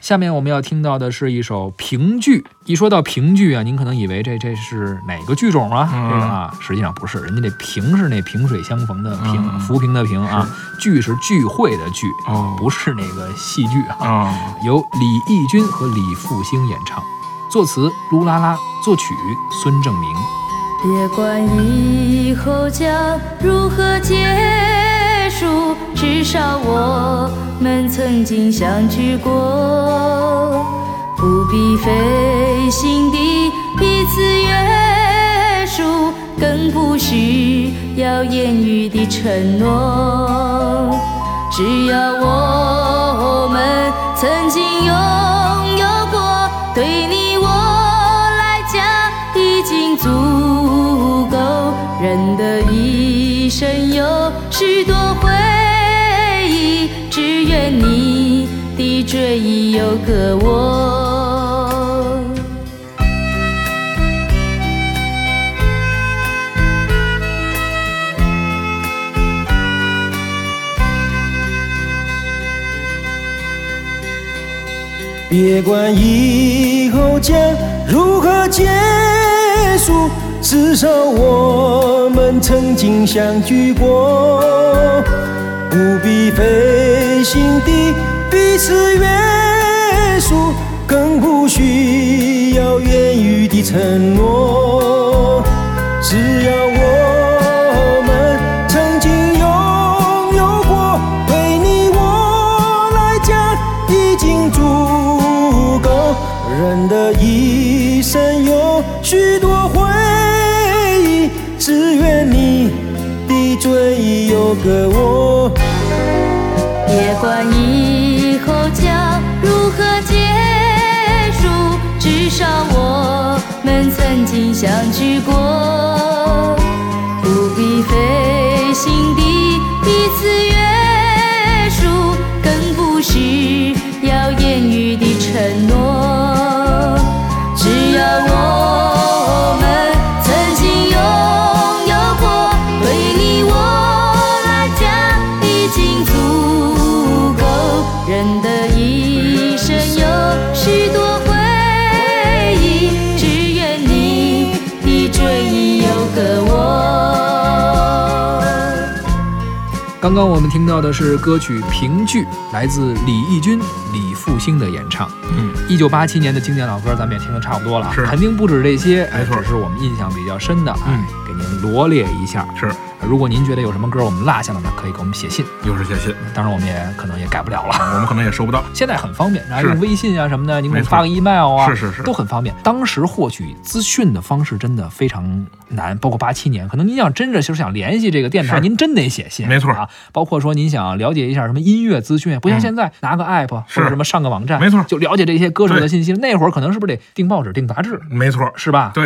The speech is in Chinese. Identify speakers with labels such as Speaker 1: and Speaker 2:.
Speaker 1: 下面我们要听到的是一首评剧。一说到评剧啊，您可能以为这这是哪个剧种啊？
Speaker 2: 嗯
Speaker 1: 这个啊，实际上不是，人家这萍是那萍水相逢的萍，
Speaker 2: 嗯
Speaker 1: 浮萍的萍啊，聚是聚会的聚，
Speaker 2: 哦
Speaker 1: 不是那个戏剧啊。
Speaker 2: 啊，
Speaker 1: 由李翊君和李复兴演唱，作词卢拉拉，作曲孙正明。
Speaker 3: 别管以后将如何结束，至少我们曾经相聚过。不必费心地彼此约束，更不需要言语的承诺。只要我们曾经拥有过，对你我来讲已经足够。人的一生有许多回忆，只愿你的追忆有个我。
Speaker 4: 别管以后将如何结束，至少我们曾经相聚过。不必费心地彼此约束，更不需要言语的承诺。只要我们曾经拥有过，对你我来讲已经足够。人的一生有许多回忆，只愿你的追忆有个我。
Speaker 3: 别管以后将如何结束，至少我们曾经相聚过。不必费心地彼此约束，更不需要言语的承诺。只要我们曾经拥有过，对你我来讲已经足够。人的一生有许多回忆，只愿你的追忆有个我。
Speaker 1: 刚刚我们听到的是歌曲《评剧》，来自李翊君、李复兴的演唱。
Speaker 2: 嗯，
Speaker 1: 一九八七年的经典老歌，咱们也听得差不多了啊，
Speaker 2: 是
Speaker 1: 肯定不止这些，哎
Speaker 2: 没错
Speaker 1: 只是我们印象比较深的，哎
Speaker 2: 嗯，
Speaker 1: 给您罗列一下。
Speaker 2: 是
Speaker 1: 如果您觉得有什么歌我们落下了呢，可以给我们写信，
Speaker 2: 又是写信，
Speaker 1: 当然我们也可能也改不了了。
Speaker 2: 我们可能也收不到。
Speaker 1: 现在很方便，然后
Speaker 2: 是
Speaker 1: 用微信啊什么的，您给我
Speaker 2: 没
Speaker 1: 们
Speaker 2: 错
Speaker 1: 发个 email 啊，
Speaker 2: 是是是
Speaker 1: 都很方便。当时获取资讯的方式真的非常难，包括八七年，可能您要真的就是想联系这个电台，
Speaker 2: 是
Speaker 1: 您真得写信，
Speaker 2: 没错
Speaker 1: 啊。包括说您想了解一下什么音乐资讯，不像
Speaker 2: 嗯
Speaker 1: 现在、拿个 app
Speaker 2: 是
Speaker 1: 或者什么上个网站，
Speaker 2: 没错
Speaker 1: 就了解这些歌手的
Speaker 2: 对
Speaker 1: 信息。那会儿可能是不是得订报纸、订杂志，
Speaker 2: 没错，
Speaker 1: 是吧？
Speaker 2: 对